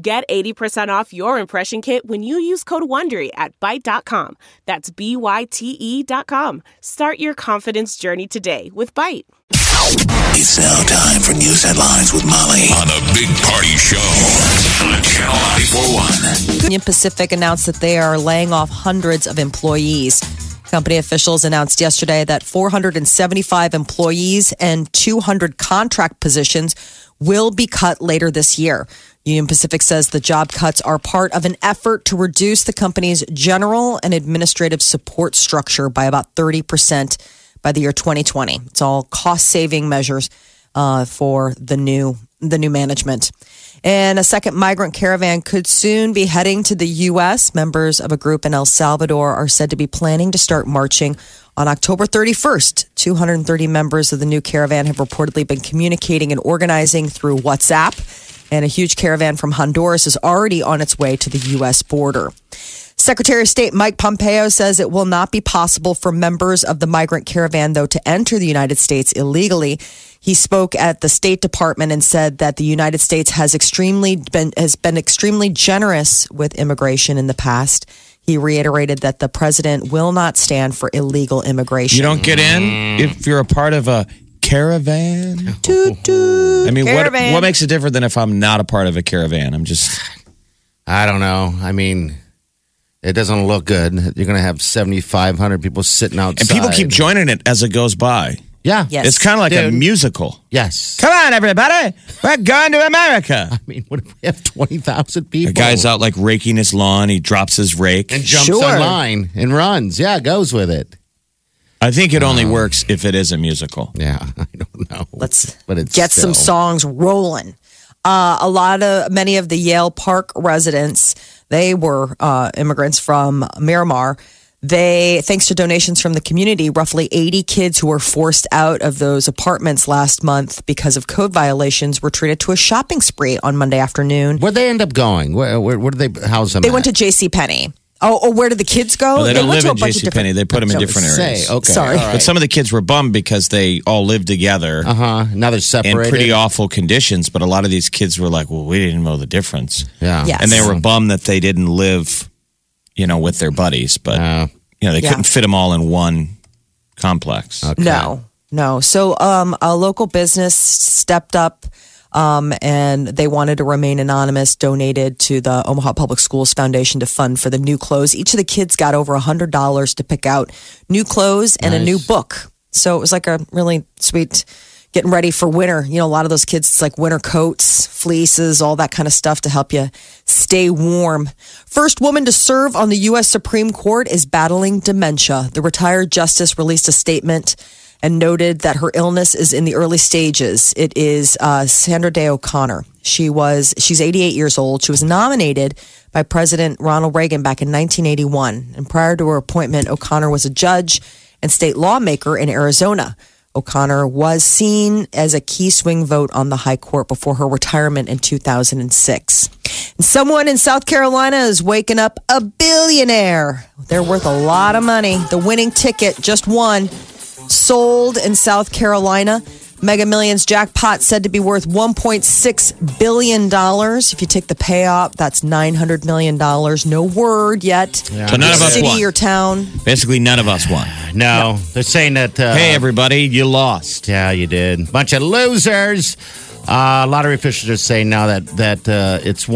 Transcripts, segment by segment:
Get 80% off your impression kit when you use code WONDERY at Byte.com. That's B-Y-T-E E dot com. Start your confidence journey today with Byte. It's now time for news headlines with Molly on the Big Party Show on Channel 941. Union Pacific announced that they are laying off hundreds of employees. Company officials announced yesterday that 475 employees and 200 contract positions will be cut later this year. Union Pacific says the job cuts are part of an effort to reduce the company's general and administrative support structure by about 30% by the year 2020. It's all cost saving measures uh, for the new the new management. And a second migrant caravan could soon be heading to the U.S. Members of a group in El Salvador are said to be planning to start marching on October 31st. 230 members of the new caravan have reportedly been communicating and organizing through WhatsApp. And a huge caravan from Honduras is already on its way to the U.S. border. Secretary of State Mike Pompeo says it will not be possible for members of the migrant caravan, though, to enter the United States illegally. He spoke at the State Department and said that the United States has extremely been has been extremely generous with immigration in the past. He reiterated that the president will not stand for illegal immigration. You don't get in if you're a part of a caravan. Toot, toot. I mean, Caravan. what what makes it different than if I'm not a part of a caravan? I'm just I don't know. I mean, it doesn't look good. You're going to have 7,500 people sitting outside. and people keep joining it as it goes by. Yeah. Yes. It's kind of like a Dude. musical. Yes. Come on, everybody, we're going to America. I mean, what if we have 20,000 The people? guy's out like raking his lawn. He drops his rake. And jumps Sure. online and runs. Yeah, goes with it. I think it only works if it is a musical. Yeah, I don't know. Let's but it's get some still- songs rolling. Uh, a lot of many of the Yale Park residents, they were uh, immigrants from Miramar. They, thanks to donations from the community, roughly 80 kids who were forced out of those apartments last month because of code violations were treated to a shopping spree on Monday afternoon. Where'd they end up going? Where, where, where did they house them? They went to J.C. Penney. Oh, oh, where did the kids go? Well, they don't went live to a in bunch of JC Penney. They put them in So different say, areas. okay. Sorry. But some of the kids were bummed because they all lived together. Uh huh. Now they're in separated. pretty awful conditions, but a lot of these kids were like, "Well, we didn't know the difference," Yeah. Yes. and they were bummed that they didn't live, you know, with their buddies. But Uh, you know, they Yeah. couldn't fit them all in one complex. No, no. So um, a local business stepped up um, and they wanted to remain anonymous, donated to the Omaha Public Schools Foundation to fund for the new clothes. Each of the kids got over $100 to pick out new clothes and a new book. So it was like a really sweet getting ready for winter. You know, a lot of those kids, it's like winter coats, fleeces, all that kind of stuff to help you stay warm. First woman to serve on the U.S. Supreme Court is battling dementia. The retired justice released a statement and noted that her illness is in the early stages. It is uh, Sandra Day O'Connor. She was she's 88 years old. She was nominated by President Ronald Reagan back in 1981, and prior to her appointment, O'Connor was a judge and state lawmaker in Arizona. O'Connor was seen as a key swing vote on the High Court before her retirement in 2006. And someone in South Carolina is waking up a billionaire. They're worth a lot of money. The winning ticket, just one, sold in South Carolina. Mega Millions jackpot said to be worth $1.6 billion. If you take the payoff, that's $900 million. No word yet. So none of us City won. or town. Basically, none of us won. no, they're saying that. Uh, Hey, everybody, you lost. Yeah, you did. Bunch of losers. Uh, lottery officials are saying now that that uh, it's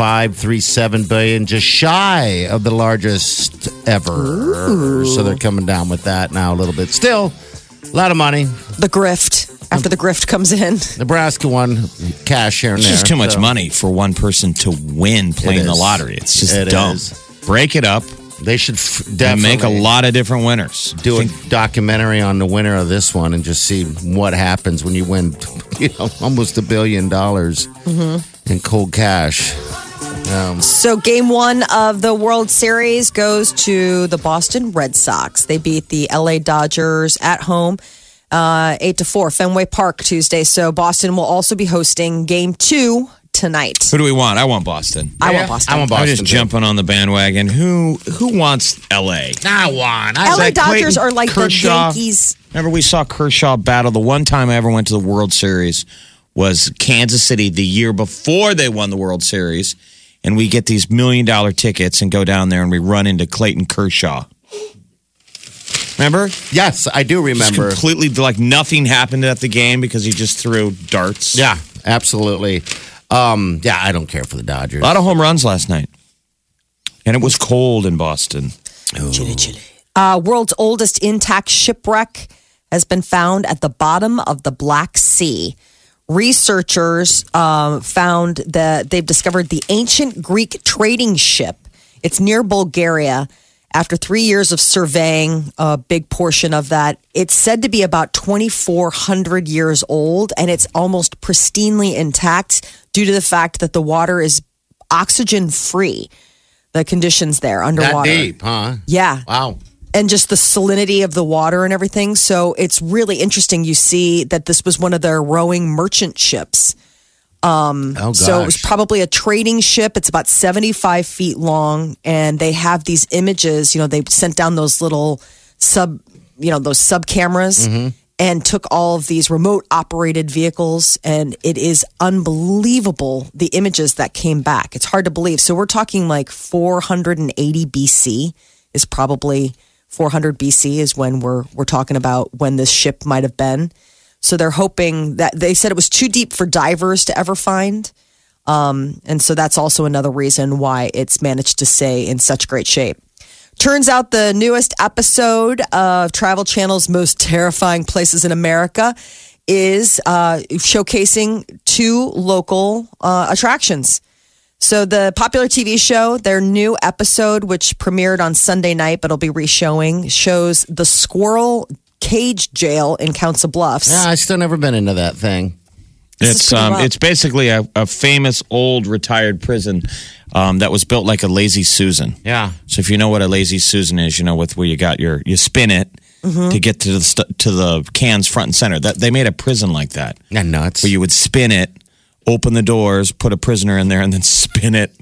1.537 billion, just shy of the largest ever. So they're coming down with that now a little bit. Still, a lot of money. The grift. After the grift comes in. Nebraska won cash here and It's there. just too much so money for one person to win playing the is. lottery. It's just It dumb. is. Break it up They should f- and definitely make a lot of different winners. do I a think documentary on the winner of this one and just see what happens when you win, you know, almost a billion dollars in cold cash. So, game one of the World Series goes to the Boston Red Sox. They beat the LA Dodgers at home, uh, 8 to 4, Fenway Park Tuesday. So, Boston will also be hosting game two tonight. Who do we want? I want Boston. I Yeah, want Boston. I want I'm Boston. just too. jumping on the bandwagon. Who who wants L.A.? I won. I LA said Dodgers Clayton are like Kershaw. the Yankees. Remember we saw Kershaw battle. The one time I ever went to the World Series was Kansas City the year before they won the World Series, and we get these million dollar tickets and go down there and we run into Clayton Kershaw. Remember? Yes, I do Just remember. completely like nothing happened at the game because he just threw darts. Yeah, absolutely. Um, yeah, I don't care for the Dodgers. A lot of home runs last night. And it was cold in Boston. Uh, world's oldest intact shipwreck has been found at the bottom of the Black Sea. Researchers um, found that they've discovered the ancient Greek trading ship. It's near Bulgaria. After three years of surveying a big portion of that, it's said to be about 2,400 years old and it's almost pristinely intact due to the fact that the water is oxygen free. The conditions there that underwater. deep, huh? Yeah Wow. and just the salinity of the water and everything. So it's really interesting. You see that this was one of their rowing merchant ships. Um, Oh gosh. So it was probably a trading ship. It's about 75 feet long. And they have these images, you know, they sent down those little sub, you know, those sub cameras and took all of these remote operated vehicles. And it is unbelievable the images that came back. It's hard to believe. So we're talking like 480 BC is probably 400 BC is when we're, we're talking about when this ship might have been. So they're hoping that they said it was too deep for divers to ever find. Um, and so that's also another reason why it's managed to stay in such great shape. Turns out the newest episode of Travel Channel's Most Terrifying Places in America is uh, showcasing two local uh, attractions. So the popular TV show, their new episode, which premiered on Sunday night, but it'll be reshowing, shows the squirrel cage jail in Council Bluffs. yeah, I still never been into that thing. It's is pretty um, wild. it's basically a, a famous old retired prison um, that was built like a lazy Susan. Yeah. So if you know what a lazy Susan is, you know with where you got your you spin it to get to the st- to the cans front and center. That they made a prison like that Yeah, nuts. where you would spin it, open the doors, put a prisoner in there, and then spin it.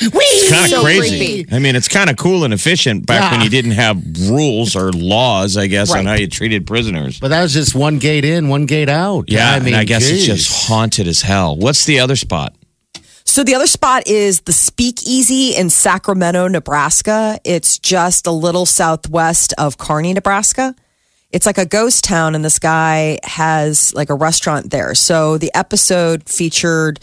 It's kind of So crazy. I mean, it's kind of cool and efficient back when Yeah. you didn't have rules or laws, I guess, on Right. how you treated prisoners. but that was just one gate in, one gate out. Yeah, I mean, I guess it's geez. just haunted as hell. What's the other spot? So the other spot is the Speakeasy in Sacramento, Nebraska. It's just a little southwest of Kearney, Nebraska. It's like a ghost town, and this guy has like a restaurant there. So the episode featured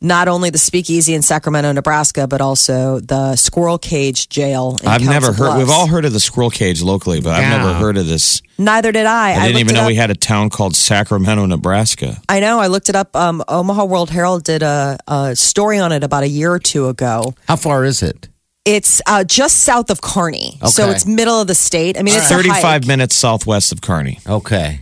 not only the Speakeasy in Sacramento, Nebraska, but also the Squirrel Cage Jail. In I've never Council heard. We've Bluffs. all heard of the squirrel cage locally, but I've Yeah. never heard of this. Neither did I. I, didn't looked even it know up. we had a town called Sacramento, Nebraska. I know. I looked it up. Um, Omaha World Herald did a, a story on it about a year or two ago. How far is it? It's uh, just south of Kearney, so Okay. it's middle of the state. I mean, it's a hike. Thirty-five minutes southwest of Kearney. Okay.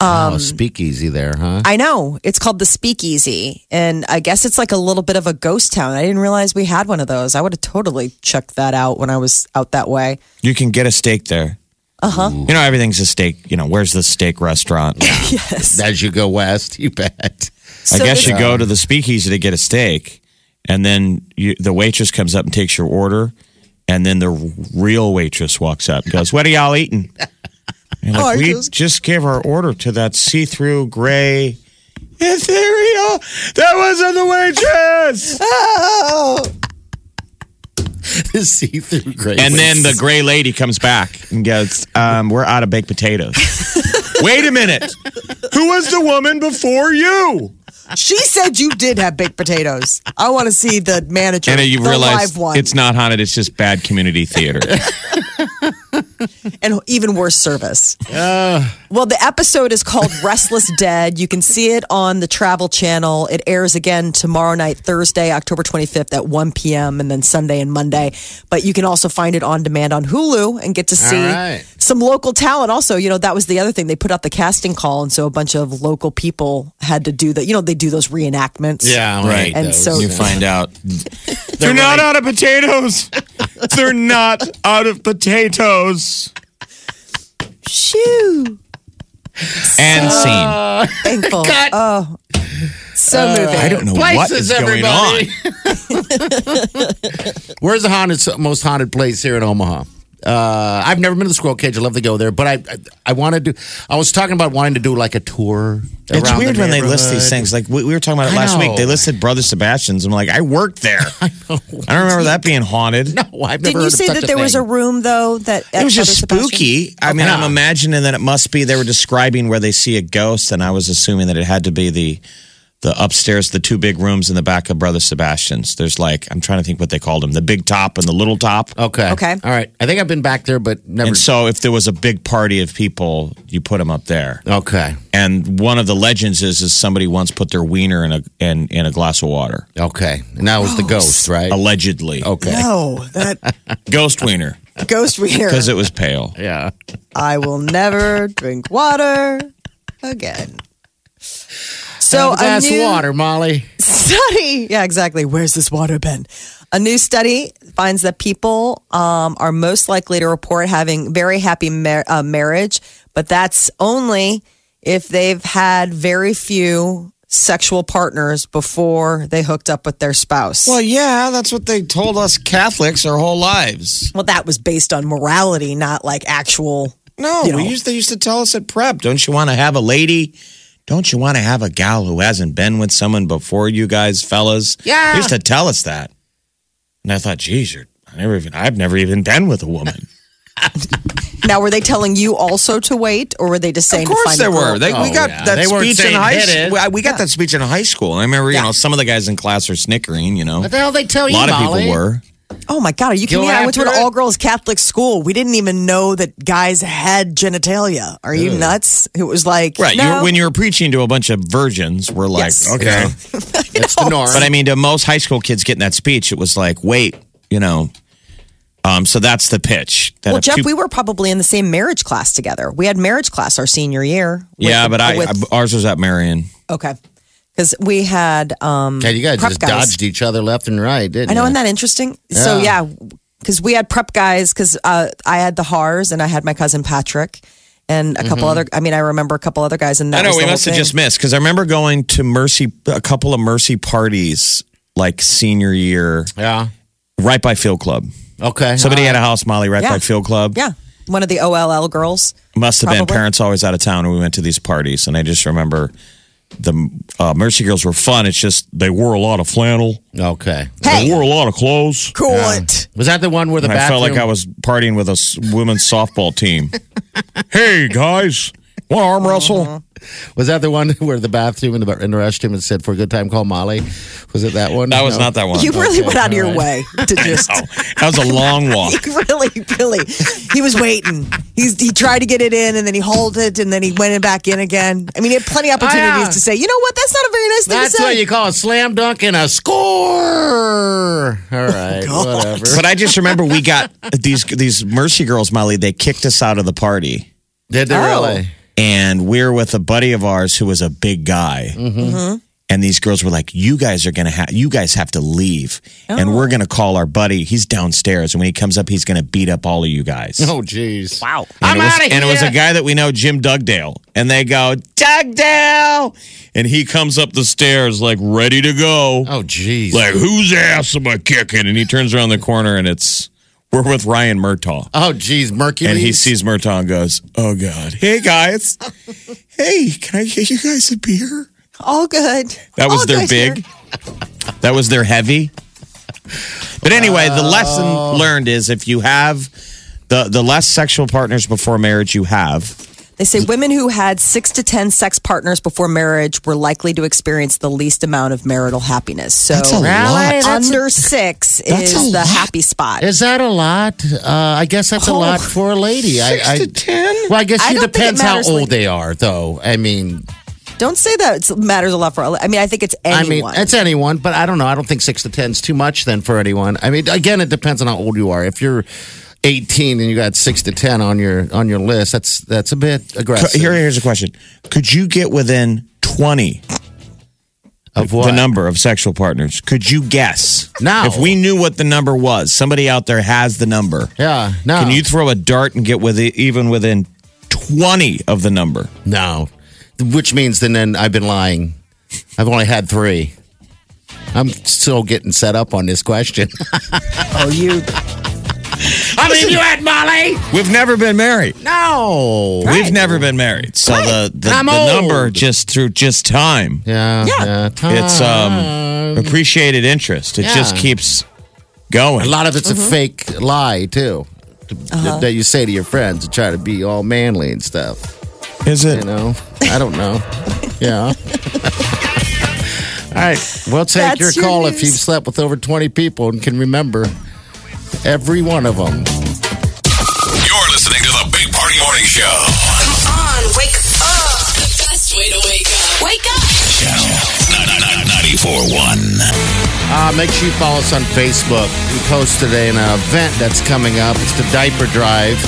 Um, oh, speakeasy there, huh? I know it's called the Speakeasy, and I guess it's like a little bit of a ghost town. I didn't realize we had one of those. I would have totally checked that out when I was out that way. You can get a steak there. Uh-huh. Uh huh. You know everything's a steak. You know where's the steak restaurant? As you go west, you bet. I So guess this- you go to the speakeasy to get a steak, and then you, the waitress comes up and takes your order, and then the real waitress walks up and goes, "What are y'all eating?" And you're like, we just... gave our order to that see-through gray ethereal that wasn't the waitress. The see-through great. and then the gray lady comes back and goes, um, "We're out of baked potatoes." Wait a minute, who was the woman before you? she said you did have baked potatoes. I want to see the manager. And then you the live realize one, it's not haunted; it's just bad community theater. and even worse service. Uh. Well, the episode is called Restless Dead. You can see it on the Travel Channel. It airs again tomorrow night, Thursday, October 25th at 1 p.m., and then Sunday and Monday. But you can also find it on demand on Hulu and get to see right. some local talent. Also, you know, that was the other thing. They put out the casting call, and so a bunch of local people had to do that. You know, they do those reenactments. yeah, Right. right. And those. so- you find out They're not out of potatoes. They're not out of potatoes. Shoo. And scene. Thankful. Cut. Uh, Oh. So moving. I don't know what places, is going on. everybody. Where's the haunted, most haunted place here in Omaha? Uh, I've never been to the squirrel cage. I love to go there, but I, I, I want to do. I was talking about wanting to do like a tour. It's around weird the when they list these neighborhood. things. Like we, we were talking about it I last know. week. They listed Brother Sebastian's. I'm like, I worked there. I, don't remember that being haunted. No, I've never Didn't you heard of say such that there was a thing. room though that It was just spooky. I mean, I'm Yeah. imagining that it must be they were describing where they see a ghost, and I was assuming that it had to be the the upstairs, the two big rooms in the back of Brother Sebastian's. There's like I'm trying to think what they called them, the big top and the little top. Okay. Okay. All right. I think I've been back there, but never. And so, if there was a big party of people, you put them up there. okay. And one of the legends is is somebody once put their wiener in a in, in a glass of water, Okay. And that was the Oh, ghost, right? allegedly. Okay. No, that Ghost wiener ghost reader. because it was pale. Yeah. I will never drink water again. So a that's new water, Molly. study, yeah, exactly. Where's this water been? A new study finds that people um, are most likely to report having very happy mar- uh, marriage, but that's only if they've had very few sexual partners before they hooked up with their spouse. Well, yeah, that's what they told us Catholics our whole lives. Well, that was based on morality, not like actual. No, you know. we used they used to tell us at prep. Don't you want to have a lady? Don't you want to have a gal who hasn't been with someone before you guys, fellas? Yeah. They used to tell us that, and I thought, geez, you're, I never even I've never even been with a woman. Now, were they telling you also to wait, or were they just saying? of to course, find they a girl? were. They, we Oh, got yeah. that They weren't speech in saying high hit school. it. We, we got that speech in high school. I remember, you Yeah. know, some of the guys in class are snickering. You know, What the hell they tell a you, lot of Molly? people were. Oh my God, are you Go kidding me? I went to an after it? all girls Catholic school. We didn't even know that guys had genitalia. Are you nuts? It was like Right, you No. were, when you were preaching to a bunch of virgins, we're like, Yes. okay. Yeah. That's Oh, the norm. But I mean, to most high school kids getting that speech, it was like, wait, you know. Um, so that's the pitch. That well, if Jeff, two- we were probably in the same marriage class together. We had marriage class our senior year. with- yeah, but I, with- I- ours was at Marion. okay, because we had um, God, you guys prep just guys. dodged each other left and right, didn't I know, you? isn't that interesting? So yeah, because we had prep guys. Because uh, I had the Hars and I had my cousin Patrick and a couple other. I mean, I remember a couple other guys. And that Mm-hmm. I know was we the whole must have thing. just missed because I remember going to Mercy a couple of Mercy parties like senior year Yeah. right by Field Club. Okay. Somebody had a house, Molly, right Uh, yeah. by Field Club. yeah one of the OLL girls. must have been probably. parents always out of town, and we went to these parties. And I just remember the uh, Mercy girls were fun. It's just they wore a lot of flannel, Uh, Okay. Hey. they wore a lot of clothes. Cool it. Was that the one where the And I bathroom? felt like I was partying with a s- women's softball team. hey guys, want to arm Oh. wrestle? Was that the one where the bathroom in the, in the restroom and said for a good time call Molly? Was it that one? That was No. not that one. You really went out of your all way to just. Oh, that was a long walk. He really, really, he was waiting. He's, he tried to get it in, and then he hauled it, and then he went back in again. I mean, he had plenty of opportunities Oh, yeah. to say, you know what, that's not a very nice thing to That's say. what you call a slam dunk and a score. All right, Oh, whatever. But I just remember we got these these Mercy girls, Molly. They kicked us out of the party, Did they Oh. really? and we were with a buddy of ours who was a big guy. Mm-hmm. And these girls were like, "You guys are gonna have you guys have to leave, and we're gonna call our buddy. He's downstairs, and when he comes up, he's gonna beat up all of you guys." Oh, jeez. Wow. And I'm it was- out of here. And it was a guy that we know, Jim Dugdale. And they go, Dugdale! And he comes up the stairs, like, ready to go. Oh, jeez. Like, whose ass am I kicking? And he turns around the corner and it's, we're with Ryan Murtaugh. oh, jeez. Mercury. And he sees Murtaugh and goes, oh, God. Hey, guys. hey, can I get you guys a beer? All good. That was All their good here. big. That was their heavy. But anyway, the lesson learned is if you have the the less sexual partners before marriage you have, They say women who had six to ten sex partners before marriage were likely to experience the least amount of marital happiness. So That's a Really? lot. under six That's a is the lot. happy spot. Is that a lot? Uh, I guess that's a Oh. lot for a lady. I, I, to 10? Well, I guess I it don't think it depends how matters, old like- they are, though. I mean, Don't say that it's- matters a lot for. I mean, I think it's anyone. I mean, it's anyone, but I don't know. I don't think six to ten is too much then for anyone. I mean, again, it depends on how old you are. If you're 18 and you got six to ten on your on your list, that's that's a bit aggressive. Here, here's a question. Could you get within 20 Of what? The number of sexual partners. Could you guess? No. If we knew what the number was, somebody out there has the number. Yeah, no. Can you throw a dart and get with even within 20 of the number? no. Which means then, then I've been lying. I've only had three. I'm still getting set up on this question. Oh, you. I mean, you had Molly. We've never been married. No. We've never been married. So the, the, I'm the number old. just through just time. Yeah. Yeah. It's um appreciated interest. It just Yeah. keeps going. A lot of it's Mm-hmm. a fake lie too, to- Uh-huh. that you say to your friends to try to be all manly and stuff. Is it? You know, I don't know. yeah. all right, we'll take That's your your call if news. you've slept with over 20 people and can remember every one of them. You're listening to the Big Party Morning Show. Come on, wake up. The best way to wake up. Wake up. Channel 941. Uh, make sure you follow us on Facebook. We posted an event that's coming up. It's the Diaper Drive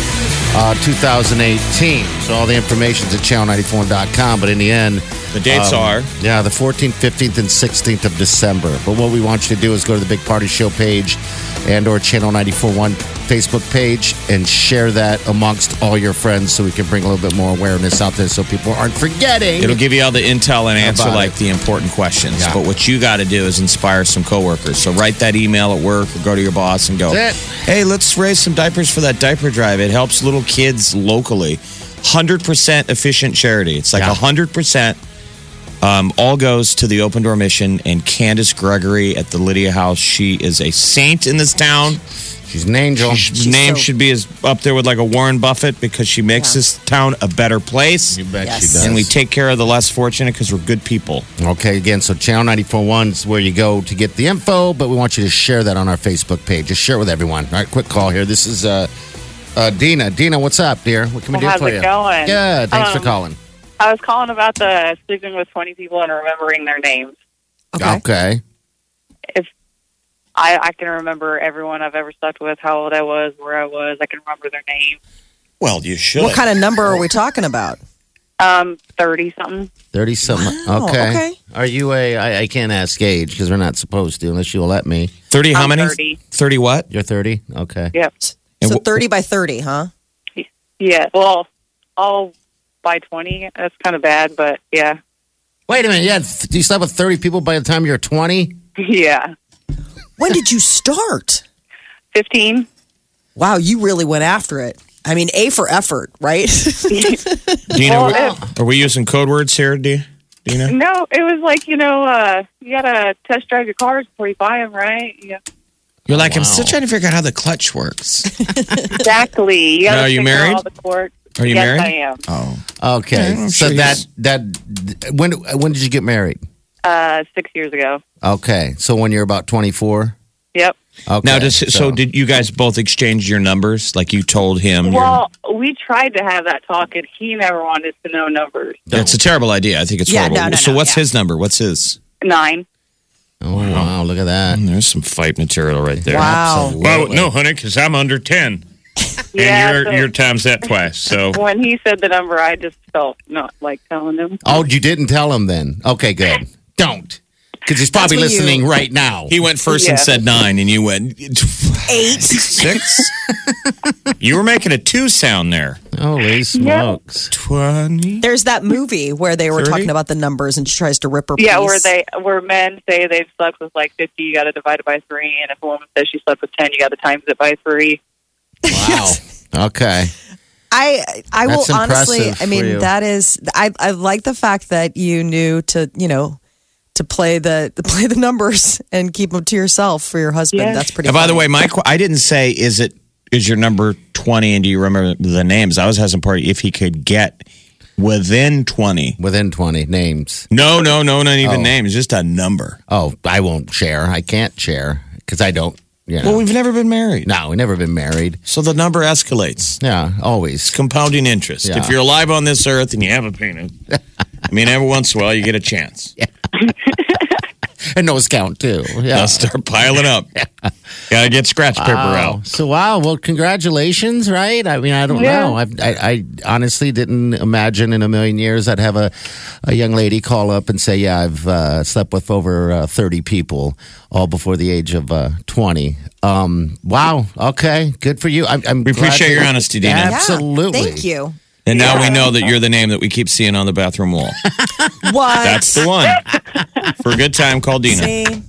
uh, 2018. So all the information's at channel94.com. But in the end, The dates are Yeah, the 14th, 15th, and 16th of December. But what we want you to do is go to the Big Party Show page and or Channel 94.1 Facebook page and share that amongst all your friends so we can bring a little bit more awareness out there so people aren't forgetting. It'll give you all the intel and answer About like it. the important questions. Yeah. But what you got to do is inspire some coworkers. So write that email at work or go to your boss and go, That's it. "Hey, let's raise some diapers for that diaper drive. It helps little kids locally. 100% efficient charity. It's like Yeah. 100% um, all goes to the Open Door Mission and Candace Gregory at the Lydia House. She is a saint in this town. She's an angel. Her name should be as up there with like a Warren Buffett because she makes this town a better place. You bet Yes. she does. And we take care of the less fortunate because we're good people. Okay, again, so channel 94.1 is where you go to get the info, but we want you to share that on our Facebook page. Just share it with everyone. All right, quick call here. This is uh, uh, Dina. Dina, what's up, dear? What can we Well, do how's for it you? going? Yeah, thanks for Um, calling. I was calling about the sleeping with 20 people and remembering their names. Okay. okay. I, I can remember everyone I've ever slept with, how old I was, where I was. I can remember their name. Well, you should. What kind of number are we talking about? Um, 30 something. 30 something. Wow, okay. okay. Are you a, I, I can't ask age because we're not supposed to unless you'll let me. 30 how I'm many? 30. 30 what? You're 30? Okay. Yep. And So wh- 30 by 30, huh? Yeah. Well, all by 20. That's kind of bad, but yeah. Wait a minute. Yeah, th- you slept with 30 people by the time you're 20? Yeah. When did you start? 15. Wow, you really went after it. I mean, A for effort, right? Dina, Oh, are Well, we- are we using code words here, D- Dina? No, it was like, you know, uh, you got to test drive your cars before you buy them, right? Yeah. You're like, Wow. I'm still trying to figure out how the clutch works. Exactly. You gotta Now, are you figure out married? All the quirks. Are you yes, married? I am. Oh. Okay. Yeah, I'm so sure that, he's- that, when, when did you get married? Uh, six years ago. Okay. So when you're about 24? Yep. Okay. Now, just, so, did you guys both exchange your numbers? Like you told him? your- Well, we tried to have that talk, and he never wanted to know numbers. It's a terrible idea. I think it's Yeah, horrible. no, no, so no, what's yeah. his number? What's his? Nine. Oh wow! Look at that. Mm, There's some fight material right there. wow. Absolutely. honey, because I'm under 10. Yeah. so times that twice. So when he said the number, I just felt not like telling him. Oh, you didn't tell him then? Okay, good. Don't, because he's probably That's when you- listening right now. he went first and Yeah. said nine, and you went Eight. six. you were making a two sound there. Holy smokes! 20. There's that movie where they were 30? talking about the numbers and she tries to rip her Yeah, where piece. they where men say they've slept with like fifty, you got to divide it by three, and if a woman says she slept with ten, you got to times it by three. Wow. Okay. I I will That's honestly. impressive I for mean, you. that is. I I like the fact that you knew to you know to play the to play the numbers and keep them to yourself for your husband. Yeah. That's pretty. And by the funny. way, my qu- I didn't say is it is your number twenty, and do you remember the names? I was asking party if he could get within twenty. Within twenty names. No, no, no, not even Oh. names, just a number. Oh, I won't share. I can't share because I don't. You know. Well, we've never been married, no, we never been married. so the number escalates. Yeah, always. Compounding interest. Yeah. If you're alive on this earth and you have a penis, I mean, every once in a while you get a chance. And those count too. Yeah. They'll start piling up. Gotta get scratch paper Wow. out. So wow. Well, congratulations, right? I mean, I don't know. I've, I I honestly didn't imagine in a million years I'd have a a young lady call up and say, "Yeah, I've uh, slept with over uh, thirty people, all before the age of uh, twenty. Um, wow. Okay. Good for you. I'm. I'm We glad appreciate that- your honesty, Dina. Yeah, Absolutely. thank you. And now we know that you're the name that we keep seeing on the bathroom wall. What? That's the one. For a good time, call Dina. See?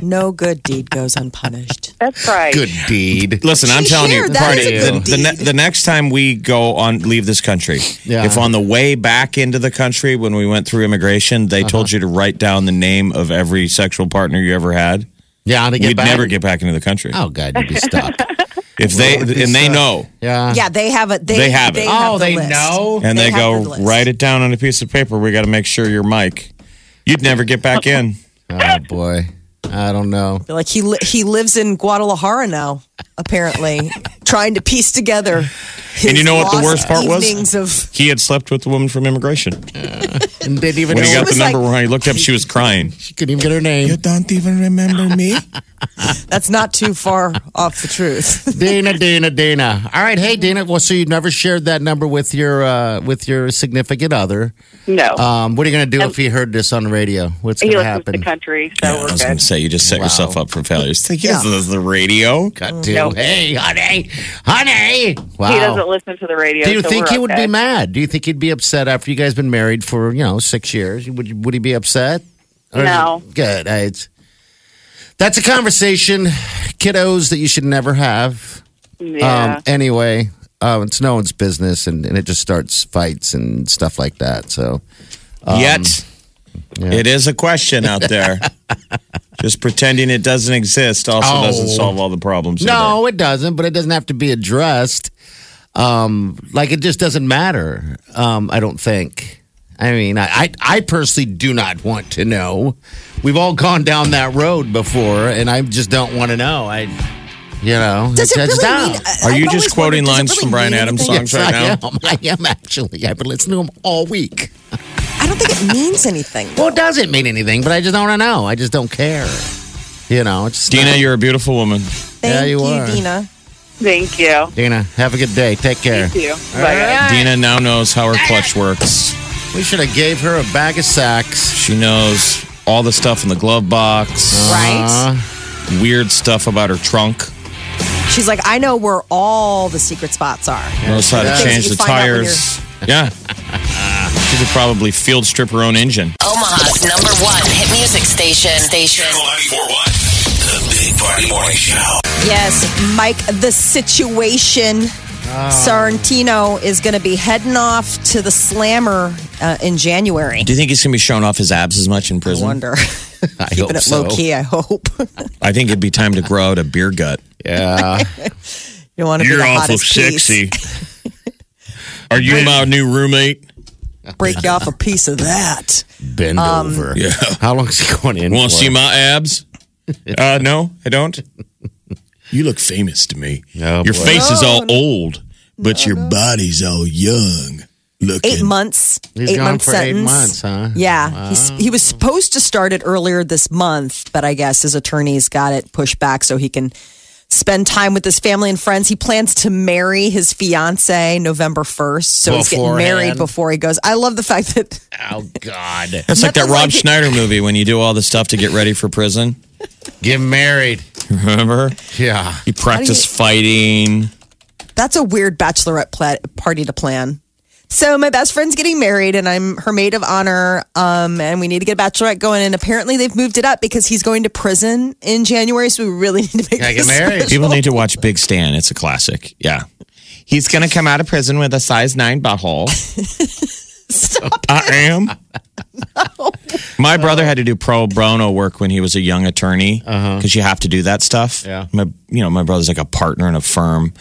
no good deed goes unpunished. That's right. Good deed. Listen, I'm telling Sure, you, that party, is a the, good the, ne- the next time we go on, leave this country, Yeah. if on the way back into the country when we went through immigration, they told Uh-huh. you to write down the name of every sexual partner you ever had, Yeah. To get we'd back. never get back into the country. Oh God, you'd be stopped. if they Lord, this uh, and they sucks. know, Yeah. Yeah, they have a. They, They have it. Oh, the they list. know? and they, have go the list. write it down on a piece of paper. We got to make sure you're Mike. You'd never get back in. Oh boy. I don't know. Like he li- he lives in Guadalajara now, apparently, trying to piece together. And you his know what the lost worst part was? evenings Of, He had slept with the woman from immigration. And didn't even When he know got what- the was number like- when he looked up, she was crying. she couldn't even get her name. don't even remember me. that's not too far off the truth. Dana, Dana, Dana. All right, hey Dana. Well, so you never shared that number with your uh, with your significant other. No. Um, what are you going to do if he heard this on the radio? What's he going to listens to happen? country, so I we're was going good. to say you just set yourself up for failure. It's like, Yeah. this is the radio. Cut to No. hey, honey, honey. Wow. Mm. He doesn't listen to the radio. do you so think we're he would okay. be mad? Do you think he'd be upset after you guys been married for you know six years? Would you- would he be upset? Or- No. Good. I, it's, that's a conversation, kiddos, that you should never have. Yeah. Um, anyway, um, it's no one's business, and, and it just starts fights and stuff like that. So Um, Yet, it is a question out there. just pretending it doesn't exist also Oh. doesn't solve all the problems. no, it doesn't, but it doesn't have to be addressed. Um, like it just doesn't matter. Um, I don't think. I mean, I, I I personally do not want to know. We've all gone down that road before, and I just don't want to know. I, you know, Does it I just really mean? uh, don't. either. Are I've you always just quoting wondered, lines does it from really Brian mean Adams anything? songs Yes, right I now? am. I am actually. I've been listening to them all week. I don't think it means anything. Well, it doesn't mean anything, but I just don't want to know. I just don't care. You know, it's just Dina, not- you're a beautiful woman. Thank Yeah, you you, are. Dina. Thank you. Dina, have a good day. Take care. Thank you. All Bye, guys. right. Dina now knows how her clutch works. We should have gave her a bag of sacks. She knows all the stuff in the glove box, Right? Uh, weird stuff about her trunk, She's like, I know where all the secret spots are. knows how to Things change you the find out when tires. Yeah. She could probably field strip her own engine. Omaha's number one hit music station. Station. Channel 941. The Big Party Morning Show. Yes, Mike, the situation. Sorrentino is going to be heading off to the Slammer uh, in January. Do you think he's going to be showing off his abs as much in I prison? wonder. I Keeping it low key, I hope. you I think it'd be time to grow out a beer gut. Yeah. Um, don't want to be the hottest piece. Are you my new roommate? Break off a piece of that. Bend over. Yeah. How long is he going in? Want for? to see my abs? Uh, no, I don't. You look famous to me. Oh, your boy. face is all old, but your body's all young looking. Eight months. He's eight gone month for eight sentence. months, huh? Yeah, he's, he was supposed to start it earlier this month, but I guess his attorneys got it pushed back so he can spend time with his family and friends. He plans to marry his fiance November first, so he's getting Beforehand. married before he goes. I love the fact that Oh God. That's like that Nothing Rob like it. Schneider movie when you do all the stuff to get ready for prison. Get married. Remember? Yeah. You practice fighting. that's a weird bachelorette pla- party to plan. So my best friend's getting married, and I'm her maid of honor. Um, and we need to get a bachelorette going. And apparently they've moved it up because he's going to prison in January, so we really need to make. Gotta this get married. People need to watch Big Stan. It's a classic. Yeah. He's going to come out of prison with a size nine butthole. Stop. I am. My brother had to do pro bono work when he was a young attorney because you have to do that stuff. Yeah. My, you know, my brother's like a partner in a firm.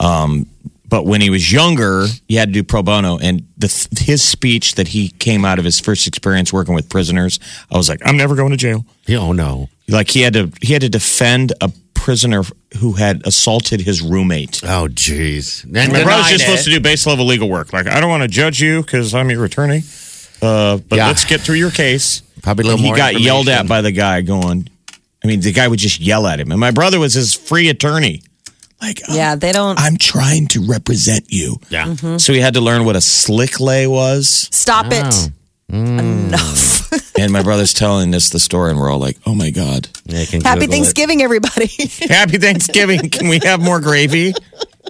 Um, but when he was younger, he had to do pro bono, and the, his speech that he came out of his first experience working with prisoners, I was like, I'm never going to jail. Oh no. Like he had to, he had to defend a prisoner who had assaulted his roommate. Oh jeez. And My brother's denied just it. supposed to do base level legal work. Like, I don't want to judge you because I'm your attorney, uh, but Yeah. let's get through your case. Probably a little he more got yelled at information. by the guy going, I mean, the guy would just yell at him. And my brother was his free attorney. Like, "I'm Yeah, they don't I'm trying to represent you. Yeah. Mm-hmm. So he had to learn what a slick lay was. stop it. Enough. And my brother's telling us the story, and we're all like, oh my God. Yeah, you can Happy Google it. Thanksgiving, everybody. Happy Thanksgiving. Can we have more gravy?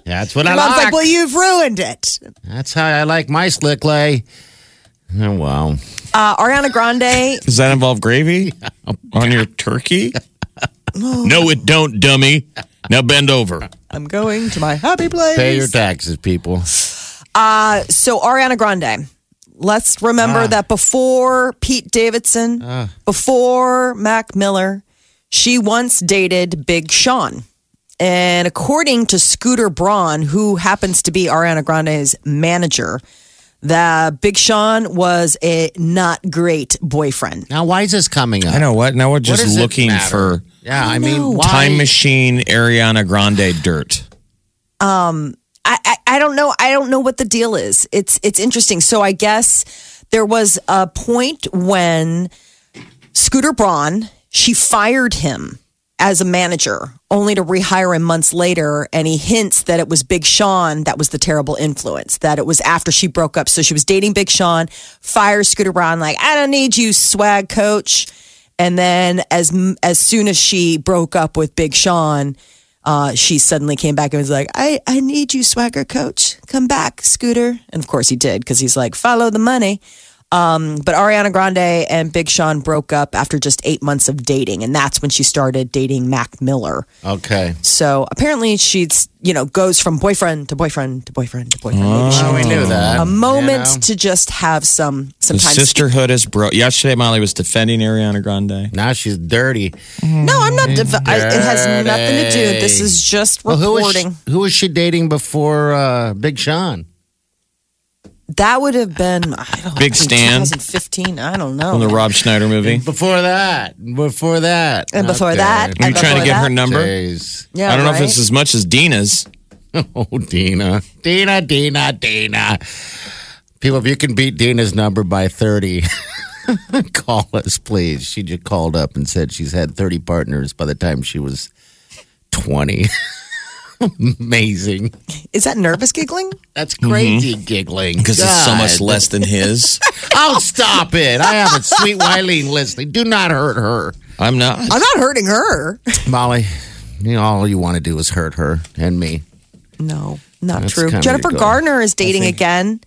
That's what I Mom's like. like, well, you've ruined it. That's how I like my slick lay. Oh, wow. Uh, Ariana Grande, Does that involve gravy on your turkey? no, it don't, dummy. Now bend over. I'm going to my happy place. Pay your taxes, people. So Ariana Grande. Let's remember that before Pete Davidson, before Mac Miller, she once dated Big Sean. And according to Scooter Braun, who happens to be Ariana Grande's manager, that Big Sean was a not great boyfriend. Now, why is this coming up? I know what. Now we're What just does it looking matter? for Yeah, I, mean, why? time machine Ariana Grande dirt. I, I, I don't know. I don't know what the deal is. It's it's interesting. So I guess there was a point when Scooter Braun she fired him as a manager, only to rehire him months later. And he hints that it was Big Sean that was the terrible influence. That it was after she broke up. So she was dating Big Sean, fires Scooter Braun like I don't need you, swag coach. And then as as soon as she broke up with Big Sean uh, she suddenly came back and was like, I, I need you, swagger coach. Come back, Scooter. And of course he did because he's like, follow the money. Um, but Ariana Grande and Big Sean broke up after just eight months of dating. And that's when she started dating Mac Miller. Okay. So apparently she's, you know, goes from boyfriend to boyfriend to boyfriend to boyfriend. Maybe she Oh, we knew that. a moment You know? to just have some, some The time. sisterhood is bro. Yesterday, Molly was defending Ariana Grande. Now she's dirty. No, I'm not. Div- I, it has nothing to do. This is just Well, who was, she, reporting. who was she dating before uh, Big Sean? that would have been, I don't Big know, Stan. 2015. I don't Oh know. From the Rob Schneider movie. Before that. Before that. And before Okay. that, Are and you trying to before get her that- number? Jeez. Yeah, I don't know right? if it's as much as Dina's. Oh, Dina. Dina, Dina, Dina. People, if you can beat Dina's number by 30, call us, please. She just called up and said she's had 30 partners by the time she was 20. Amazing. Is that nervous giggling? That's crazy giggling. Because Mm-hmm. it's so much God. less than his. Oh, stop it. I have a sweet Wileen listening. Do not hurt her. I'm not. I'm not hurting her. Molly, you know, all you want to do is hurt her and me. No, not That's true. kinda Jennifer your goal. Garner is dating again.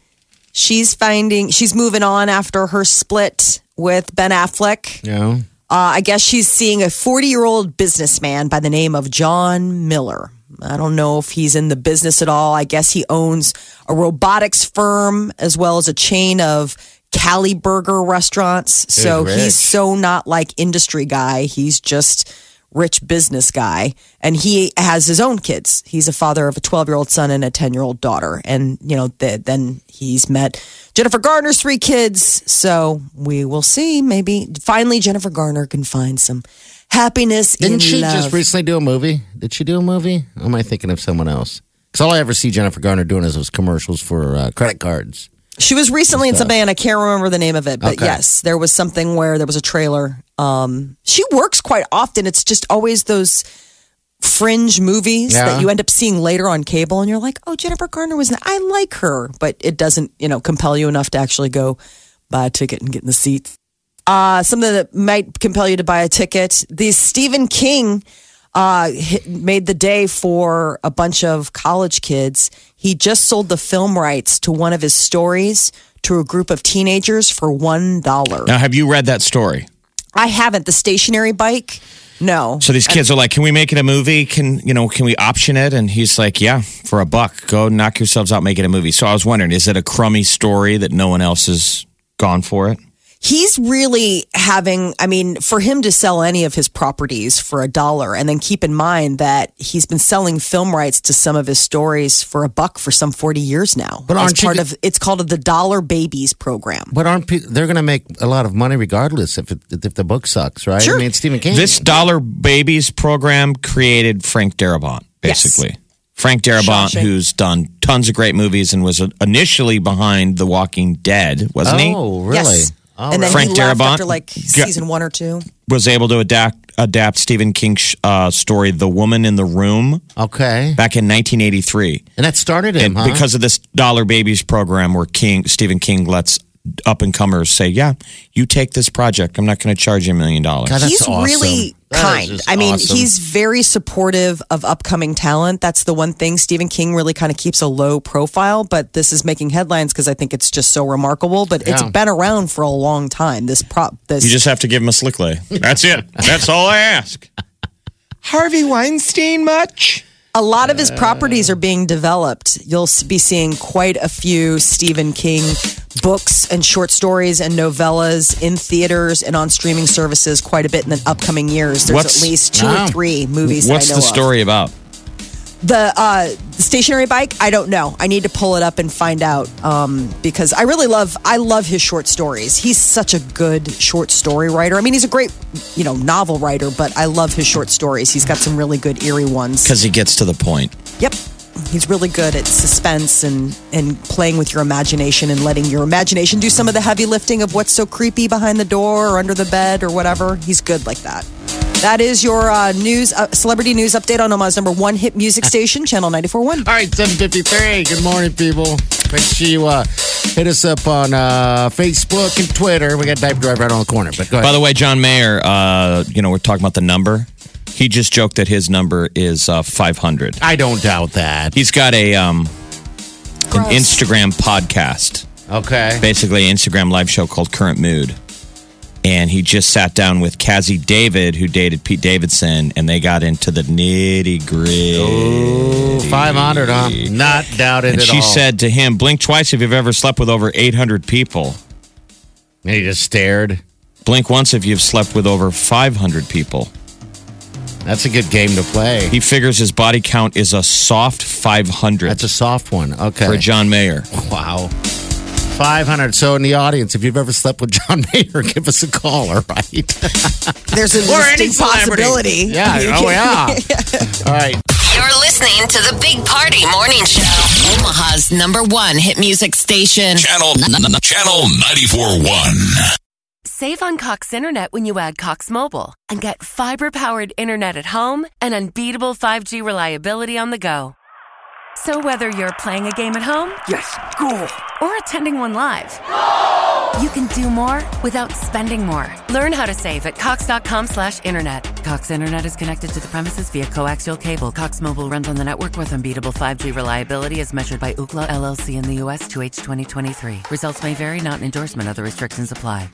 She's finding she's moving on after her split with Ben Affleck. You know? Uh, I guess she's seeing a 40 year old businessman by the name of John Miller. I don't know if he's in the business at all. I guess he owns a robotics firm as well as a chain of Cali Burger restaurants. So Dude, he's rich. so not like industry guy. He's just rich business guy. And he has his own kids. He's a father of a 12 year old son and a 10 year old daughter. And, you know, th- then he's met Jennifer Garner's three kids. So we will see. Maybe finally Jennifer Garner can find some happiness in Didn't she love. just recently do a movie? Did she do a movie? Or am I thinking of someone else? Because all I ever see Jennifer Garner doing is those commercials for uh, credit cards. She was recently in something, and I can't remember the name of it. But Okay. yes, there was something where there was a trailer. Um, she works quite often. It's just always those fringe movies Yeah. that you end up seeing later on cable, and you're like, "Oh, Jennifer Garner was. in that. I like her," but it doesn't, you know, compel you enough to actually go buy a ticket and get in the seats. Uh, something that might compel you to buy a ticket. The Stephen King uh, hit, made the day for a bunch of college kids. He just sold the film rights to one of his stories to a group of teenagers for one dollar. Now, have you read that story? I haven't the stationary bike. No, So these kids are like, "Can we make it a movie? Can you know? Can we option it?" And he's like, "Yeah, for a buck, go knock yourselves out, make it a movie." So I was wondering, is it a crummy story that no one else has gone for it? he's really having i mean for him to sell any of his properties for a dollar and then keep in mind that he's been selling film rights to some of his stories for a buck for some 40 years now But As aren't you part g- of it's called the dollar babies program But aren't people, they're going to make a lot of money regardless if it, if the book sucks, right? Sure. I mean, it's Stephen King. This Dollar Babies program created Frank Darabont, Yes. basically. Frank Darabont, Shawshank. who's done tons of great movies and was initially behind The Walking Dead, wasn't he? oh, really? Yes. and then Frank he left Darabont after like got- season one or two. was able to adapt adapt Stephen King's uh, story, The Woman in the Room, Okay. back in 1983. And that started him, And huh? because of this Dollar Babies program where King Stephen King lets up and comers say, "Yeah, you take this project. I'm not going to charge you a million dollars." God, that's he's awesome. really That is kind. just I mean, awesome. he's very supportive of upcoming talent. That's the one thing Stephen King really kind of keeps a low profile, but this is making headlines because I think it's just so remarkable. But it's Yeah. been around for a long time. This prop, this You just have to give him a slick lay. That's it. That's all I ask. Harvey Weinstein, much? a lot of his properties are being developed. You'll s- be seeing quite a few Stephen King books and short stories and novellas in theaters and on streaming services quite a bit in the upcoming years. There's What's- at least two Wow. or three movies. What's that I know the of. story about? the uh, stationary bike i don't know i need to pull it up and find out um, because i really love i love his short stories he's such a good short story writer i mean he's a great you know novel writer but i love his short stories he's got some really good eerie ones Because he gets to the point. yep he's really good at suspense and and playing with your imagination and letting your imagination do some of the heavy lifting of what's so creepy behind the door or under the bed or whatever he's good like that that is your uh, news, uh, celebrity news update on Omaha's number one hit music station, Channel 94.1. All right, 753. Good morning, people. Make sure you uh, hit us up on uh, Facebook and Twitter. We got Diaper Drive right on the corner, but go ahead. By the way, John Mayer, uh, you know, we're talking about the number. He just joked that his number is uh, 500. I don't doubt that. He's got a um, an Gross. Instagram podcast, Okay. basically an Instagram live show called Current Mood. And he just sat down with Cassie David, who dated Pete Davidson, and they got into the nitty gritty. 500, huh? Not doubted And at she all. said to him, Blink twice if you've ever slept with over 800 people. And he just stared. Blink once if you've slept with over 500 people. That's a good game to play. He figures his body count is a soft 500 That's a soft one. Okay. for John Mayer. Wow. 500. So, in the audience, if you've ever slept with John Mayer, give us a call, all right? There's a Or any distinct possibility. Yeah. Oh, yeah. All right. You're listening to the Big Party Morning Show. Omaha's number one hit music station. Channel Channel 94.1. Save on Cox Internet when you add Cox Mobile and get fiber powered internet at home and unbeatable 5G reliability on the go. So, whether you're playing a game at home, yes, cool, or attending one live, you can do more without spending more. Learn how to save at Cox.com slash internet. Cox Internet is connected to the premises via coaxial cable. Cox Mobile runs on the network with unbeatable 5G reliability as measured by Ookla LLC in the US to H2023. Results may vary, not an endorsement. Other restrictions apply.